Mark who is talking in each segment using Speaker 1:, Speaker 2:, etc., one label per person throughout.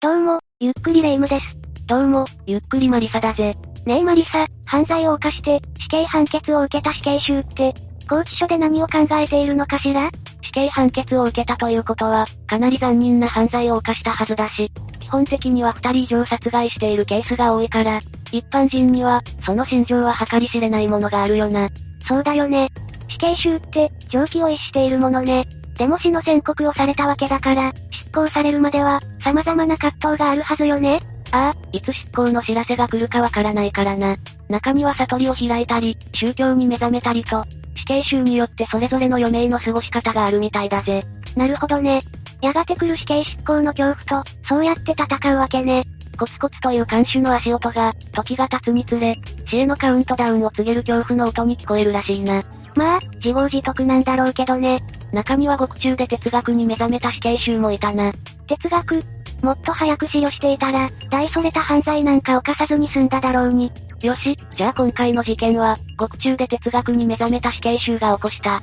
Speaker 1: どうも、ゆっくりレ夢ムです。
Speaker 2: どうも、ゆっくりマリサだぜ。
Speaker 1: ねえマリサ、犯罪を犯して、死刑判決を受けた死刑囚って、拘置所で何を考えているのかしら
Speaker 2: 死刑判決を受けたということは、かなり残忍な犯罪を犯したはずだし、基本的には二人以上殺害しているケースが多いから、一般人には、その心情は計り知れないものがあるよな。
Speaker 1: そうだよね。死刑囚って、常軌を逸しているものね。でも死の宣告をされたわけだから、執行されるまでは、様々な葛藤があるはずよね。
Speaker 2: ああ、いつ執行の知らせが来るかわからないからな。中には悟りを開いたり、宗教に目覚めたりと、死刑囚によってそれぞれの余命の過ごし方があるみたいだぜ。
Speaker 1: なるほどね。やがて来る死刑執行の恐怖と、そうやって戦うわけね。
Speaker 2: コツコツという監視の足音が、時が経つにつれ、死へのカウントダウンを告げる恐怖の音に聞こえるらしいな。
Speaker 1: まあ、自業自得なんだろうけどね。
Speaker 2: 中には獄中で哲学に目覚めた死刑囚もいたな。
Speaker 1: 哲学。もっと早く死をしていたら、大それた犯罪なんか犯さずに済んだだろうに。
Speaker 2: よし、じゃあ今回の事件は、獄中で哲学に目覚めた死刑囚が起こした、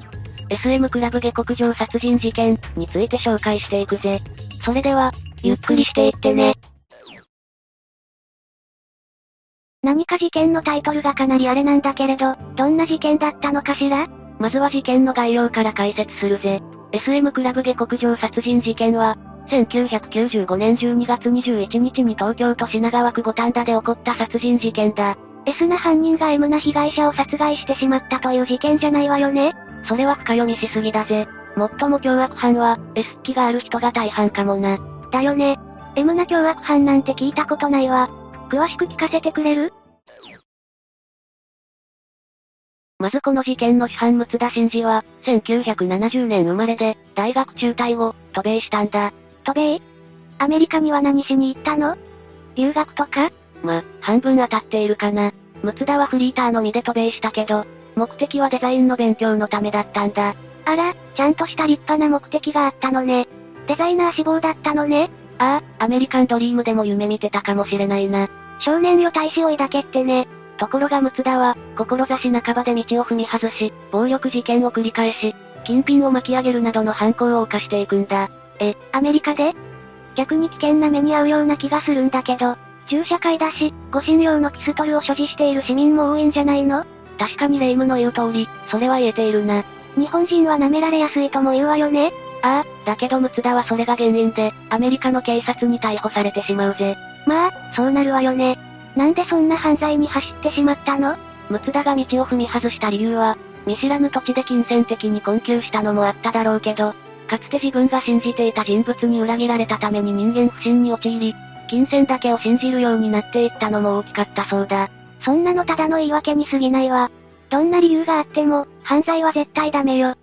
Speaker 2: SM クラブ下克上殺人事件について紹介していくぜ。それでは、ゆっくりしていってね。
Speaker 1: 何か事件のタイトルがかなりあれなんだけれど、どんな事件だったのかしら
Speaker 2: まずは事件の概要から解説するぜ。SM クラブ下克上殺人事件は、1995年12月21日に東京都品川区五反田で起こった殺人事件だ。
Speaker 1: S な犯人が M な被害者を殺害してしまったという事件じゃないわよね
Speaker 2: それは深読みしすぎだぜ。もっとも凶悪犯は、S 気がある人が大半かもな。
Speaker 1: だよね。M な凶悪犯なんて聞いたことないわ。詳しく聞かせてくれる
Speaker 2: まずこの事件の主犯睦田真二は、1970年生まれで、大学中退後、渡米したんだ。
Speaker 1: 渡米アメリカには何しに行ったの留学とか
Speaker 2: ま、半分当たっているかな。睦田はフリーターのみで渡米したけど、目的はデザインの勉強のためだったんだ。
Speaker 1: あら、ちゃんとした立派な目的があったのね。デザイナー志望だったのね。
Speaker 2: ああ、アメリカンドリームでも夢見てたかもしれないな。
Speaker 1: 少年よ大志を抱けってね。
Speaker 2: ところが睦田は、志半ばで道を踏み外し、暴力事件を繰り返し、金品を巻き上げるなどの犯行を犯していくんだ。
Speaker 1: アメリカで逆に危険な目に遭うような気がするんだけど、銃社会だし、護身用のピストルを所持している市民も多いんじゃないの
Speaker 2: 確かにレイムの言う通り、それは言えているな。
Speaker 1: 日本人は舐められやすいとも言うわよね。
Speaker 2: ああ、だけどムツダはそれが原因で、アメリカの警察に逮捕されてしまうぜ。
Speaker 1: まあ、そうなるわよね。なんでそんな犯罪に走ってしまったの
Speaker 2: ムツダが道を踏み外した理由は、見知らぬ土地で金銭的に困窮したのもあっただろうけど、かつて自分が信じていた人物に裏切られたために人間不信に陥り、金銭だけを信じるようになっていったのも大きかったそうだ。
Speaker 1: そんなのただの言い訳に過ぎないわ。どんな理由があっても、犯罪は絶対ダメよ。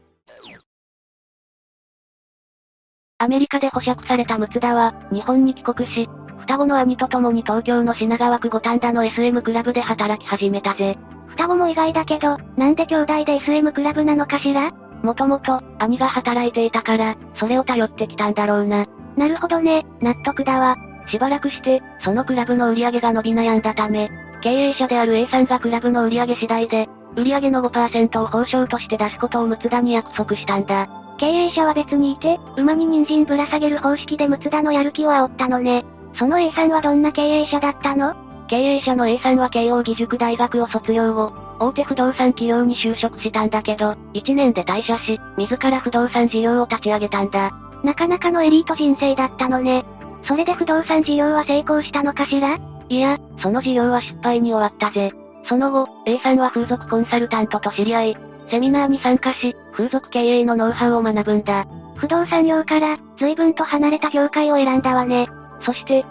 Speaker 2: アメリカで保釈されたムツダは、日本に帰国し、双子の兄と共に東京の品川区五反田の SM クラブで働き始めたぜ。
Speaker 1: 双子も意外だけど、なんで兄弟で SM クラブなのかしら
Speaker 2: もともと、兄が働いていたから、それを頼ってきたんだろうな。
Speaker 1: なるほどね、納得だわ。
Speaker 2: しばらくして、そのクラブの売り上げが伸び悩んだため、経営者である A さんがクラブの売り上げ次第で、売り上げの5%を報酬として出すことをムツダに約束したんだ。
Speaker 1: 経営者は別にいて、馬に人参ぶら下げる方式でムツダのやる気を煽ったのね。その A さんはどんな経営者だったの
Speaker 2: 経営者の A さんは慶応義塾大学を卒業後、大手不動産企業に就職したんだけど、1年で退社し、自ら不動産事業を立ち上げたんだ。
Speaker 1: なかなかのエリート人生だったのね。それで不動産事業は成功したのかしら
Speaker 2: いや、その事業は失敗に終わったぜ。その後、A さんは風俗コンサルタントと知り合い、セミナーに参加し、風俗経営のノウハウを学ぶんだ。
Speaker 1: 不動産業から、随分と離れた業界を選んだわね。
Speaker 2: そして、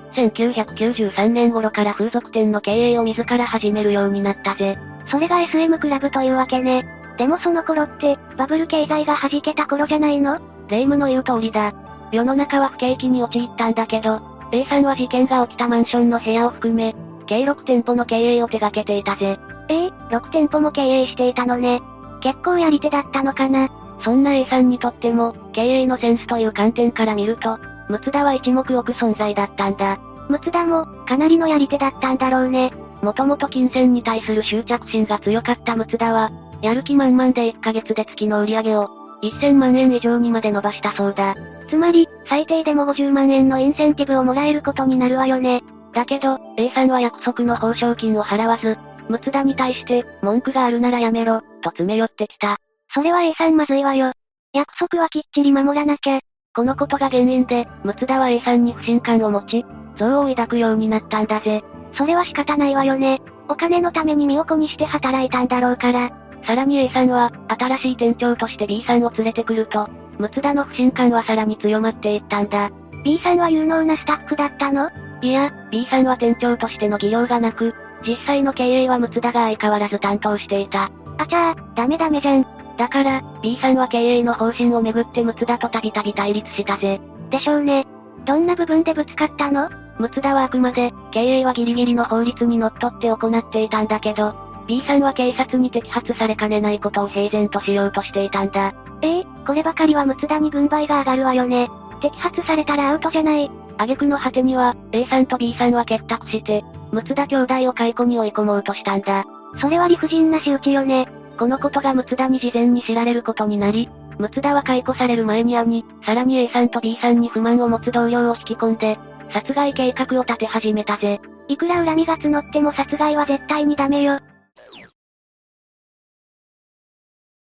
Speaker 2: 1993年頃から風俗店の経営を自ら始めるようになったぜ。
Speaker 1: それが SM クラブというわけね。でもその頃って、バブル経済が弾けた頃じゃないの
Speaker 2: 霊夢の言う通りだ。世の中は不景気に陥ったんだけど、A さんは事件が起きたマンションの部屋を含め、計6店舗の経営を手掛けていたぜ。
Speaker 1: ええ6店舗も経営していたのね。結構やり手だったのかな。
Speaker 2: そんな A さんにとっても、経営のセンスという観点から見ると、ムツダは一目置く存在だったんだ。
Speaker 1: ムツダも、かなりのやり手だったんだろうね。
Speaker 2: もともと金銭に対する執着心が強かったムツダは、やる気満々で1ヶ月で月の売り上げを、1000万円以上にまで伸ばしたそうだ。
Speaker 1: つまり、最低でも50万円のインセンティブをもらえることになるわよね。
Speaker 2: だけど、A さんは約束の報奨金を払わず、ムツダに対して、文句があるならやめろ、と詰め寄ってきた。
Speaker 1: それは A さんまずいわよ。約束はきっちり守らなきゃ。
Speaker 2: このことが原因で、ムツダは A さんに不信感を持ち、憎悪を抱くようになったんだぜ。
Speaker 1: それは仕方ないわよね。お金のために身を粉にして働いたんだろうから。
Speaker 2: さらに A さんは、新しい店長として B さんを連れてくると、ムツダの不信感はさらに強まっていったんだ。
Speaker 1: B さんは有能なスタッフだったの
Speaker 2: いや、B さんは店長としての技量がなく、実際の経営はムツダが相変わらず担当していた。
Speaker 1: あちゃー、ダメダメじゃん。
Speaker 2: だから、B さんは経営の方針をめぐってムツダとたびたび対立したぜ。
Speaker 1: でしょうね。どんな部分でぶつかったの
Speaker 2: ムツダはあくまで、経営はギリギリの法律にのっとって行っていたんだけど、B さんは警察に摘発されかねないことを平然としようとしていたんだ。
Speaker 1: ええー、こればかりはムツダに軍配が上がるわよね。摘発されたらアウトじゃない。
Speaker 2: 挙句の果てには、A さんと B さんは結託して、ムツダ兄弟を解雇に追い込もうとしたんだ。
Speaker 1: それは理不尽な仕打ちよね。
Speaker 2: このことがムツダに事前に知られることになり、ムツダは解雇される前に兄、さらに A さんと B さんに不満を持つ同僚を引き込んで、殺害計画を立て始めたぜ。
Speaker 1: いくら恨みが募っても殺害は絶対にダメよ。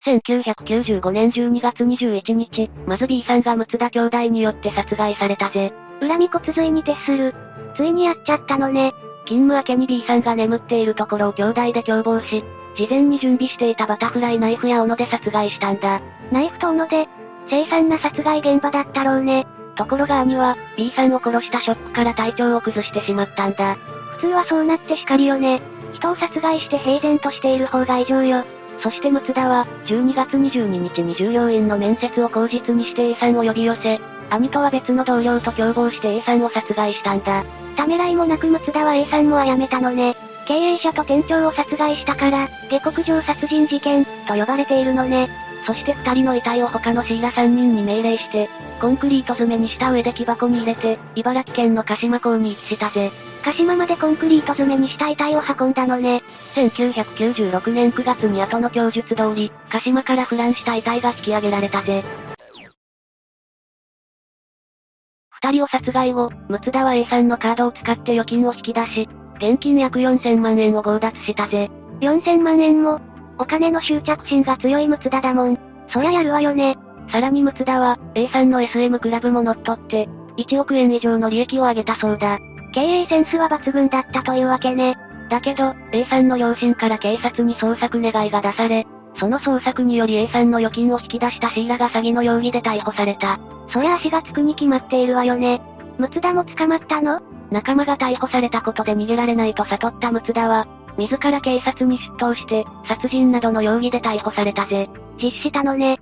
Speaker 2: 1995年12月21日、まず B さんがムツダ兄弟によって殺害されたぜ。
Speaker 1: 恨み骨髄に徹する。ついにやっちゃったのね。
Speaker 2: 勤務明けに B さんが眠っているところを兄弟で共謀し、事前に準備していたバタフライナイフや斧で殺害したんだ。
Speaker 1: ナイフと斧で、凄惨な殺害現場だったろうね。
Speaker 2: ところが兄は、B さんを殺したショックから体調を崩してしまったんだ。
Speaker 1: 普通はそうなって叱りよね。人を殺害して平然としている方が異常よ。
Speaker 2: そしてムツダは、12月22日に従業員の面接を口実にして A さんを呼び寄せ、兄とは別の同僚と共謀して A さんを殺害したんだ。
Speaker 1: ためらいもなくムツダは A さんも殺めたのね。経営者と店長を殺害したから、下克上殺人事件、と呼ばれているのね。
Speaker 2: そして二人の遺体を他のシーラ3人に命令して、コンクリート詰めにした上で木箱に入れて、茨城県の鹿島港に遺棄したぜ。
Speaker 1: 鹿島までコンクリート詰めにした遺体を運んだのね。
Speaker 2: 1996年9月に後の供述通り、鹿島から腐乱した遺体が引き上げられたぜ。二人を殺害後、ムツダは A さんのカードを使って預金を引き出し、現金約4000万円を強奪したぜ。
Speaker 1: 4000万円も、お金の執着心が強いムツダだもん。そりゃやるわよね。
Speaker 2: さらにムツダは、A さんの SM クラブも乗っ取って、1億円以上の利益を上げたそうだ。
Speaker 1: 経営センスは抜群だったというわけね。
Speaker 2: だけど、A さんの両親から警察に捜索願いが出され、その捜索により A さんの預金を引き出したシーラが詐欺の容疑で逮捕された。
Speaker 1: そりゃ足がつくに決まっているわよね。ムツダも捕まったの
Speaker 2: 仲間が逮捕されたことで逃げられないと悟ったムツダは、自ら警察に出頭して、殺人などの容疑で逮捕されたぜ。
Speaker 1: 実施したのね。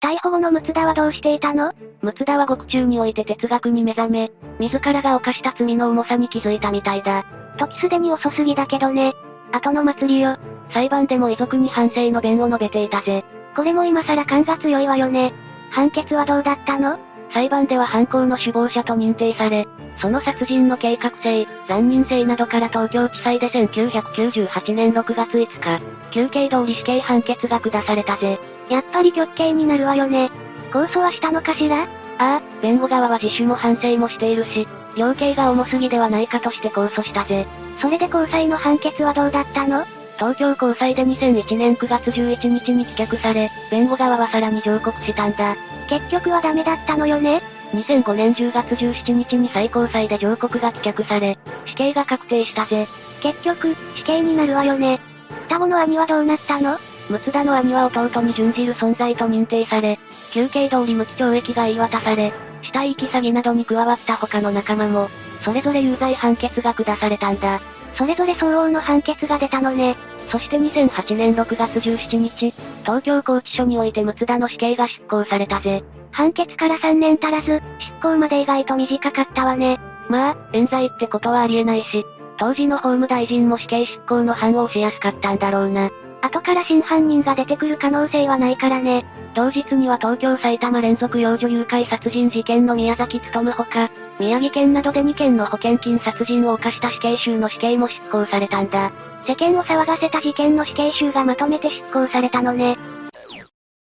Speaker 1: 逮捕後のムツダはどうしていたの
Speaker 2: ムツダは獄中において哲学に目覚め、自らが犯した罪の重さに気づいたみたいだ。
Speaker 1: 時すでに遅すぎだけどね。後の祭りよ。
Speaker 2: 裁判でも遺族に反省の弁を述べていたぜ。
Speaker 1: これも今更感が強いわよね。判決はどうだったの
Speaker 2: 裁判では犯行の首謀者と認定され、その殺人の計画性、残忍性などから東京地裁で1998年6月5日、休刑通り死刑判決が下されたぜ。
Speaker 1: やっぱり極刑になるわよね。控訴はしたのかしらあ
Speaker 2: あ、弁護側は自首も反省もしているし、量刑が重すぎではないかとして控訴したぜ。
Speaker 1: それで高裁の判決はどうだったの
Speaker 2: 東京高裁で2001年9月11日に棄却され、弁護側はさらに上告したんだ。
Speaker 1: 結局はダメだったのよね
Speaker 2: 2005年10月17日に最高裁で上告が棄却され、死刑が確定したぜ。
Speaker 1: 結局、死刑になるわよね。双子の兄はどうなったの
Speaker 2: ムツダの兄は弟に準じる存在と認定され、休憩通り無期懲役が言い渡され、死体遺棄詐欺などに加わった他の仲間も、それぞれ有罪判決が下されたんだ。
Speaker 1: それぞれ相応の判決が出たのね。
Speaker 2: そして2008年6月17日、東京拘置所においてムツダの死刑が執行されたぜ。
Speaker 1: 判決から3年足らず、執行まで意外と短かったわね。
Speaker 2: まあ、冤罪ってことはありえないし、当時の法務大臣も死刑執行の判をしやすかったんだろうな。
Speaker 1: 後から真犯人が出てくる可能性はないからね。
Speaker 2: 同日には東京埼玉連続幼女誘拐殺人事件の宮崎勤ほか、宮城県などで2件の保険金殺人を犯した死刑囚の死刑も執行されたんだ。
Speaker 1: 世間を騒がせた事件の死刑囚がまとめて執行されたのね。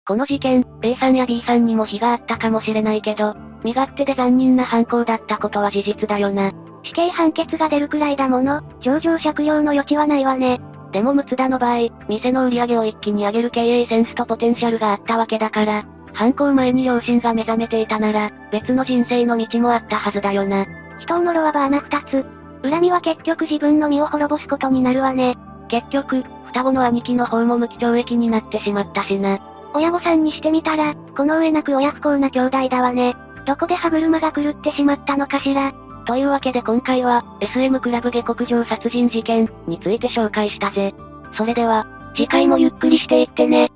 Speaker 2: この事件、A さんや B さんにも非があったかもしれないけど、身勝手で残忍な犯行だったことは事実だよな。
Speaker 1: 死刑判決が出るくらいだもの、上場借用の余地はないわね。
Speaker 2: でもムツダの場合、店の売り上げを一気に上げる経営センスとポテンシャルがあったわけだから、犯行前に良心が目覚めていたなら、別の人生の道もあったはずだよな。
Speaker 1: 人を呪わば穴二つ。恨みは結局自分の身を滅ぼすことになるわね。
Speaker 2: 結局、双子の兄貴の方も無期懲役になってしまったしな。
Speaker 1: 親御さんにしてみたら、この上なく親不幸な兄弟だわね。どこで歯車が狂ってしまったのかしら。
Speaker 2: というわけで今回は、SM クラブ下克上殺人事件について紹介したぜ。それでは、
Speaker 1: 次回もゆっくりしていってね。